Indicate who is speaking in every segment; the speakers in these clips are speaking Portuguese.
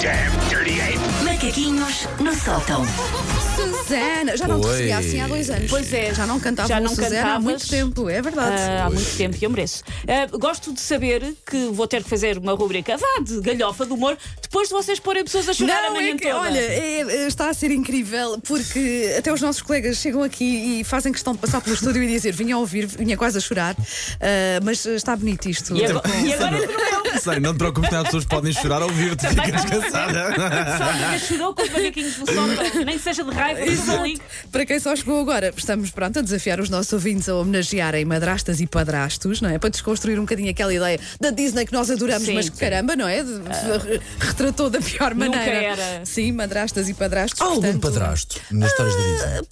Speaker 1: damn dirty ape!
Speaker 2: Macaquinhos no sótão.
Speaker 3: Suzana, já não te
Speaker 4: Oi.
Speaker 3: recebia assim há dois anos.
Speaker 5: Pois é.
Speaker 3: Já não cantava
Speaker 5: Já não
Speaker 3: Suzana há
Speaker 5: cantavas.
Speaker 3: muito tempo, é verdade.
Speaker 5: Ah, há muito tempo e eu mereço. Ah, gosto de saber que vou ter que fazer uma rubrica vá de galhofa do humor depois de vocês porem pessoas a chorar
Speaker 3: Não,
Speaker 5: a manhã
Speaker 3: é que,
Speaker 5: toda.
Speaker 3: olha, é- é- está a ser incrível porque até os nossos colegas chegam aqui e fazem questão de passar pelo estúdio e dizer: vinha a ouvir, vinha quase a chorar, ah, mas está bonito isto.
Speaker 5: E agora, e agora é que
Speaker 4: Sei, não te preocupes, há pessoas que podem chorar ao ouvir-te, fica descansada.
Speaker 5: só ninguém chorou com os macaquinhos no sótão, nem que seja de raiva, mas eu ligo.
Speaker 3: Para quem só chegou agora, estamos pronto a desafiar os nossos ouvintes a homenagearem madrastas e padrastos, não é? Para desconstruir um bocadinho aquela ideia da Disney que nós adoramos,
Speaker 5: Sim,
Speaker 3: mas que
Speaker 5: sim.
Speaker 3: caramba, não é? De- re- Retratou da pior
Speaker 5: Nunca
Speaker 3: maneira.
Speaker 5: era.
Speaker 3: Sim, madrastas e padrastos.
Speaker 4: Há algum
Speaker 3: portanto,
Speaker 4: padrasto nas histórias da Disney?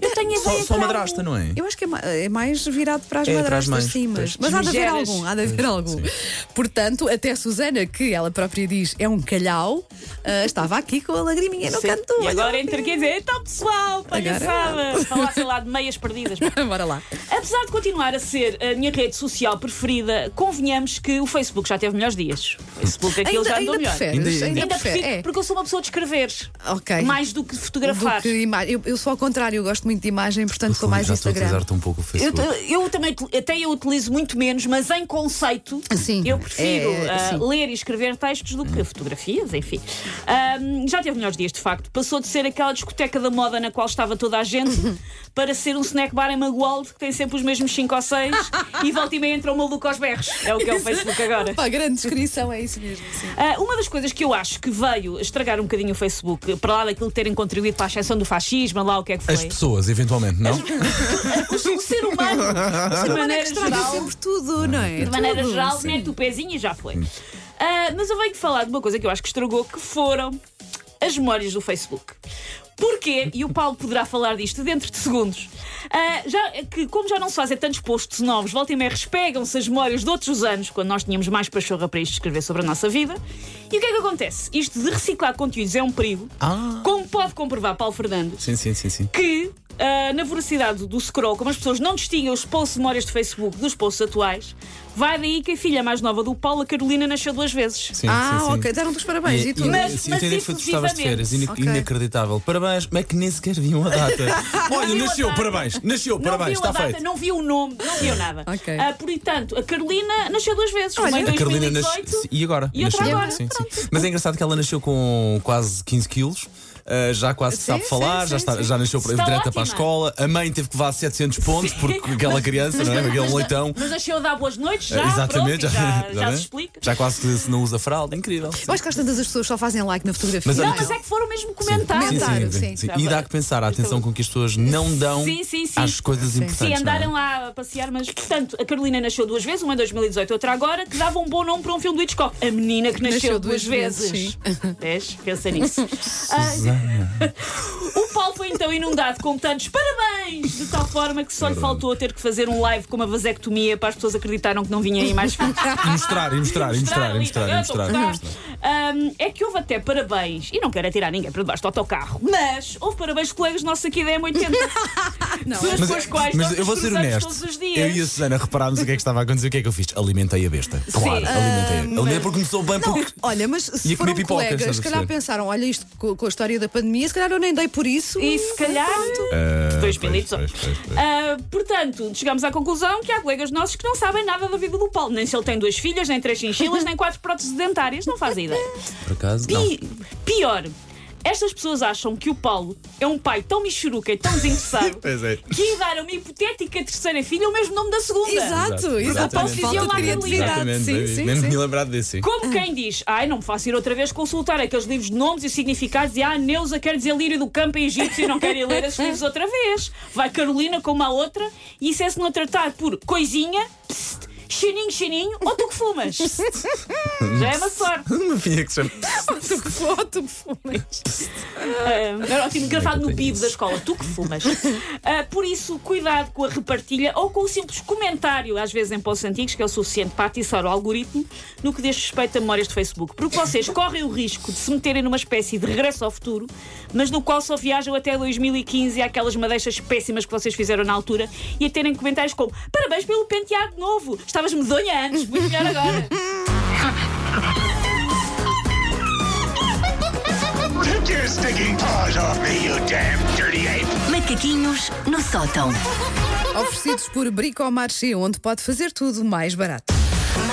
Speaker 5: Eu tenho a ideia
Speaker 4: Só,
Speaker 5: que
Speaker 4: só
Speaker 5: há um-
Speaker 4: madrasta, não é?
Speaker 3: Eu acho que é ma- é mais virado para as
Speaker 4: É, para as
Speaker 3: madrastas,
Speaker 4: mães,
Speaker 3: sim, mas,
Speaker 4: pois.
Speaker 3: mas há de haver
Speaker 5: Desmigeras.
Speaker 3: algum, há de haver algum.
Speaker 4: sim.
Speaker 3: Portanto, até a Susana, que ela própria diz é um calhau, ah, estava aqui com a lagriminha no
Speaker 5: Sim.
Speaker 3: canto.
Speaker 5: E
Speaker 3: Então, Olha,
Speaker 5: agora entre quer dizer, então pessoal, palhaçada, falar sei lá de meias perdidas.
Speaker 3: Bora lá.
Speaker 5: Apesar de continuar a ser a minha rede social preferida, convenhamos que o Facebook já teve melhores dias. O Facebook aquilo
Speaker 3: Ainda,
Speaker 5: já andou
Speaker 3: ainda
Speaker 5: melhor.
Speaker 3: preferes?
Speaker 4: Ainda-
Speaker 3: Ainda,
Speaker 4: ainda
Speaker 5: Ainda
Speaker 3: prefere-
Speaker 5: prefiro,
Speaker 3: é.
Speaker 5: porque eu sou uma pessoa de escrever.
Speaker 3: Ok.
Speaker 5: Mais do que de fotografar.
Speaker 3: Do que ima- eu, eu sou ao contrário, eu gosto muito de imagem, portanto sou mais
Speaker 4: já estou a
Speaker 3: Instagram.
Speaker 4: utilizar-te um pouco o
Speaker 5: Eu,
Speaker 4: Facebook.
Speaker 5: eu também util- até eu utilizo muito menos, mas em conceito
Speaker 3: Sim.
Speaker 5: eu prefiro
Speaker 3: É,
Speaker 5: ah,
Speaker 3: sim.
Speaker 5: ler e escrever textos do que fotografias, enfim. Ahm, já teve melhores dias, de facto. Passou de ser aquela discoteca da moda na qual estava toda a gente para ser um snack bar em Magualde que tem sempre os mesmos 5 ou 6 e volta e meia entra um maluco aos berros. É o que é o Facebook agora.
Speaker 3: Pá, grande descrição, é isso mesmo. Sim.
Speaker 5: Ah, uma das coisas que eu acho que veio estragar um bocadinho o Facebook, para lá daquilo de terem contribuído para a ascensão do fascismo, lá o que é que foi.
Speaker 4: As pessoas, eventualmente, não?
Speaker 5: o ser humano, de maneira
Speaker 3: Estraga
Speaker 5: geral,
Speaker 3: sempre tudo,
Speaker 4: Ah,
Speaker 3: não é?
Speaker 5: de maneira
Speaker 3: Tudo,
Speaker 5: geral,
Speaker 3: sim.
Speaker 5: mete o pezinho e já foi. Ah, mas eu venho falar de uma coisa que eu acho que estragou, que foram as memórias do Facebook. Porquê? E o Paulo poderá falar disto dentro de segundos. Ah, já, que como já não se fazem tantos postos novos, volta e meia respegam-se as memórias de outros anos, quando nós tínhamos mais pachorra para isto escrever sobre a nossa vida. E o que é que acontece? Isto de reciclar conteúdos é um perigo,
Speaker 4: Ah.
Speaker 5: como pode comprovar Paulo Fernandes
Speaker 4: Sim, sim, sim, sim.
Speaker 5: que ah, na voracidade do scroll, como as pessoas não distinguem os posts de memórias do Facebook dos posts atuais, vai daí que a filha mais nova do Paulo, a Carolina, nasceu duas vezes.
Speaker 4: Sim,
Speaker 3: Ah,
Speaker 4: sim, sim.
Speaker 3: ok, deram-te os parabéns. E, tu?
Speaker 5: Mas-
Speaker 4: sim, entendi que foi- tu estavas de férias, ina-
Speaker 3: Ok.
Speaker 4: inacreditável. Parabéns, como é que nem sequer viam a data? Olha,
Speaker 5: viu a
Speaker 4: nasceu,
Speaker 5: data.
Speaker 4: parabéns, nasceu,
Speaker 5: Não
Speaker 4: parabéns,
Speaker 5: viu a
Speaker 4: está
Speaker 5: data,
Speaker 4: feito.
Speaker 5: não viu o nome, não viu nada.
Speaker 3: Ok.
Speaker 5: Ah, portanto, a Carolina nasceu duas vezes.
Speaker 3: Olha,
Speaker 5: uma em
Speaker 4: A Carolina
Speaker 5: 2018
Speaker 4: nasceu. E agora?
Speaker 5: E outra
Speaker 4: Nasceu.
Speaker 5: agora.
Speaker 4: Sim, sim. Mas é engraçado que ela nasceu com quase 15 quilos. ah, já quase
Speaker 3: Sim,
Speaker 4: sabe
Speaker 3: sim,
Speaker 4: falar,
Speaker 3: sim,
Speaker 4: já, está,
Speaker 3: sim.
Speaker 4: já nasceu
Speaker 5: Está
Speaker 4: direta para
Speaker 5: ótima.
Speaker 4: a escola. A mãe teve que levar 700 pontos porque aquela criança, não é? Aquele leitão. Ah,
Speaker 5: Mas nasceu a dar boas noites já.
Speaker 4: Exatamente,
Speaker 5: pronto, e já, já,
Speaker 4: né?
Speaker 5: se explica.
Speaker 4: Já quase que se não usa fralda, incrível. Sim.
Speaker 3: Eu acho que às tantas as pessoas só fazem like na fotografia.
Speaker 4: Mas
Speaker 5: Não,
Speaker 4: Olha,
Speaker 5: mas é que foram mesmo comentar.
Speaker 3: Sim, Comentaram, sim.
Speaker 4: E dá que pensar a atenção com que as pessoas não dão
Speaker 5: Sim, sim, sim.
Speaker 4: às coisas importantes.
Speaker 5: Sim,
Speaker 4: não é?
Speaker 5: andaram lá a passear, mas portanto, a Carolina nasceu duas vezes, uma em 2018, outra agora, que dava um bom nome para um filme do Hitchcock. A menina que nasceu, duas, vezes. Vês? Pensa nisso. Ah, o Paulo foi então inundado com tantos parabéns, de tal forma que só lhe faltou ter que fazer um live com uma vasectomia para as pessoas acreditaram que não vinha aí mais filhos.
Speaker 4: E mostrar, e mostrar, e mostrar, e mostrar, e mostrar.
Speaker 5: Lina, eu
Speaker 4: e
Speaker 5: estou a
Speaker 4: mostrar.
Speaker 5: gostar. Hum, é que houve até parabéns, e não quero atirar ninguém para debaixo do autocarro, mas houve parabéns de colegas nossos aqui da M80. pessoas com as quais
Speaker 4: mas
Speaker 5: nós
Speaker 4: eu vou
Speaker 5: nos
Speaker 4: ser
Speaker 5: cruzamos
Speaker 4: honesto.
Speaker 5: todos
Speaker 4: Eu
Speaker 5: os dias.
Speaker 4: e a Susana reparámos o que é que estava a acontecer. O que é que eu fiz? Alimentei a besta. Claro,
Speaker 5: Ah,
Speaker 4: alimentei. a Alimentei porque me sou bem porque.
Speaker 3: Olha, mas se
Speaker 4: Ia comer
Speaker 3: foram
Speaker 4: pipocas,
Speaker 3: colegas,
Speaker 4: estás
Speaker 3: se
Speaker 4: a
Speaker 3: calhar
Speaker 4: perceber?
Speaker 3: pensaram, olha isto co- com a história da pandemia, se calhar eu nem dei por isso. é
Speaker 5: E se calhar.
Speaker 4: Ah, pois,
Speaker 5: 2018.
Speaker 4: pois, pois, pois.
Speaker 5: Ah, portanto, chegamos à conclusão que há colegas nossos que não sabem nada da vida do Paulo. Nem se ele tem duas filhas, nem três chinchilas, nem quatro próteses dentárias. Não fazem ideia.
Speaker 4: Por acaso?
Speaker 5: Pi-
Speaker 4: Não.
Speaker 5: Pior, estas pessoas acham que o Paulo é um pai tão michuruca e tão desinteressado
Speaker 4: Pois é.
Speaker 5: que ia dar a uma hipotética terceira filha o mesmo nome da segunda.
Speaker 3: Exato,
Speaker 4: Exato,
Speaker 3: exato.
Speaker 4: exatamente. é
Speaker 3: Falta de
Speaker 5: Exatamente,
Speaker 3: criatividade. Sim, sim,
Speaker 4: Nem me
Speaker 3: sim.
Speaker 4: lembrado desse. sim.
Speaker 5: Como quem diz, ai, não me faço ir outra vez consultar aqueles livros de nomes e significados e ah, Neuza quer dizer Lírio do Campo em Egito e não quer ir ler esses livros outra vez. Vai Carolina como a outra e se é se não tratar por coisinha, psst, chininho, chininho ou tu que fumas. Já é uma sorte.
Speaker 4: Uma filha que se chama.
Speaker 3: Tu que foto, fumas.
Speaker 5: Ah, Era ótimo, gravado
Speaker 4: Como é que eu tenho
Speaker 5: no PIB
Speaker 4: isso?
Speaker 5: da escola, tu que fumas. Ah, por isso, cuidado com a repartilha ou com o simples comentário, às vezes em postos antigos, que é o suficiente para atiçar o algoritmo no que diz respeito a memórias do Facebook. Porque vocês correm o risco de se meterem numa espécie de regresso ao futuro, mas no qual só viajam até 2015 àquelas madeixas péssimas que vocês fizeram na altura e a terem comentários como parabéns pelo penteado novo, estavas medonha antes, muito melhor agora.
Speaker 1: sticking paws off me, you damn dirty ape!
Speaker 2: Macaquinhos no sótão.
Speaker 3: Oferecidos por Bricomarché, onde pode fazer tudo mais barato.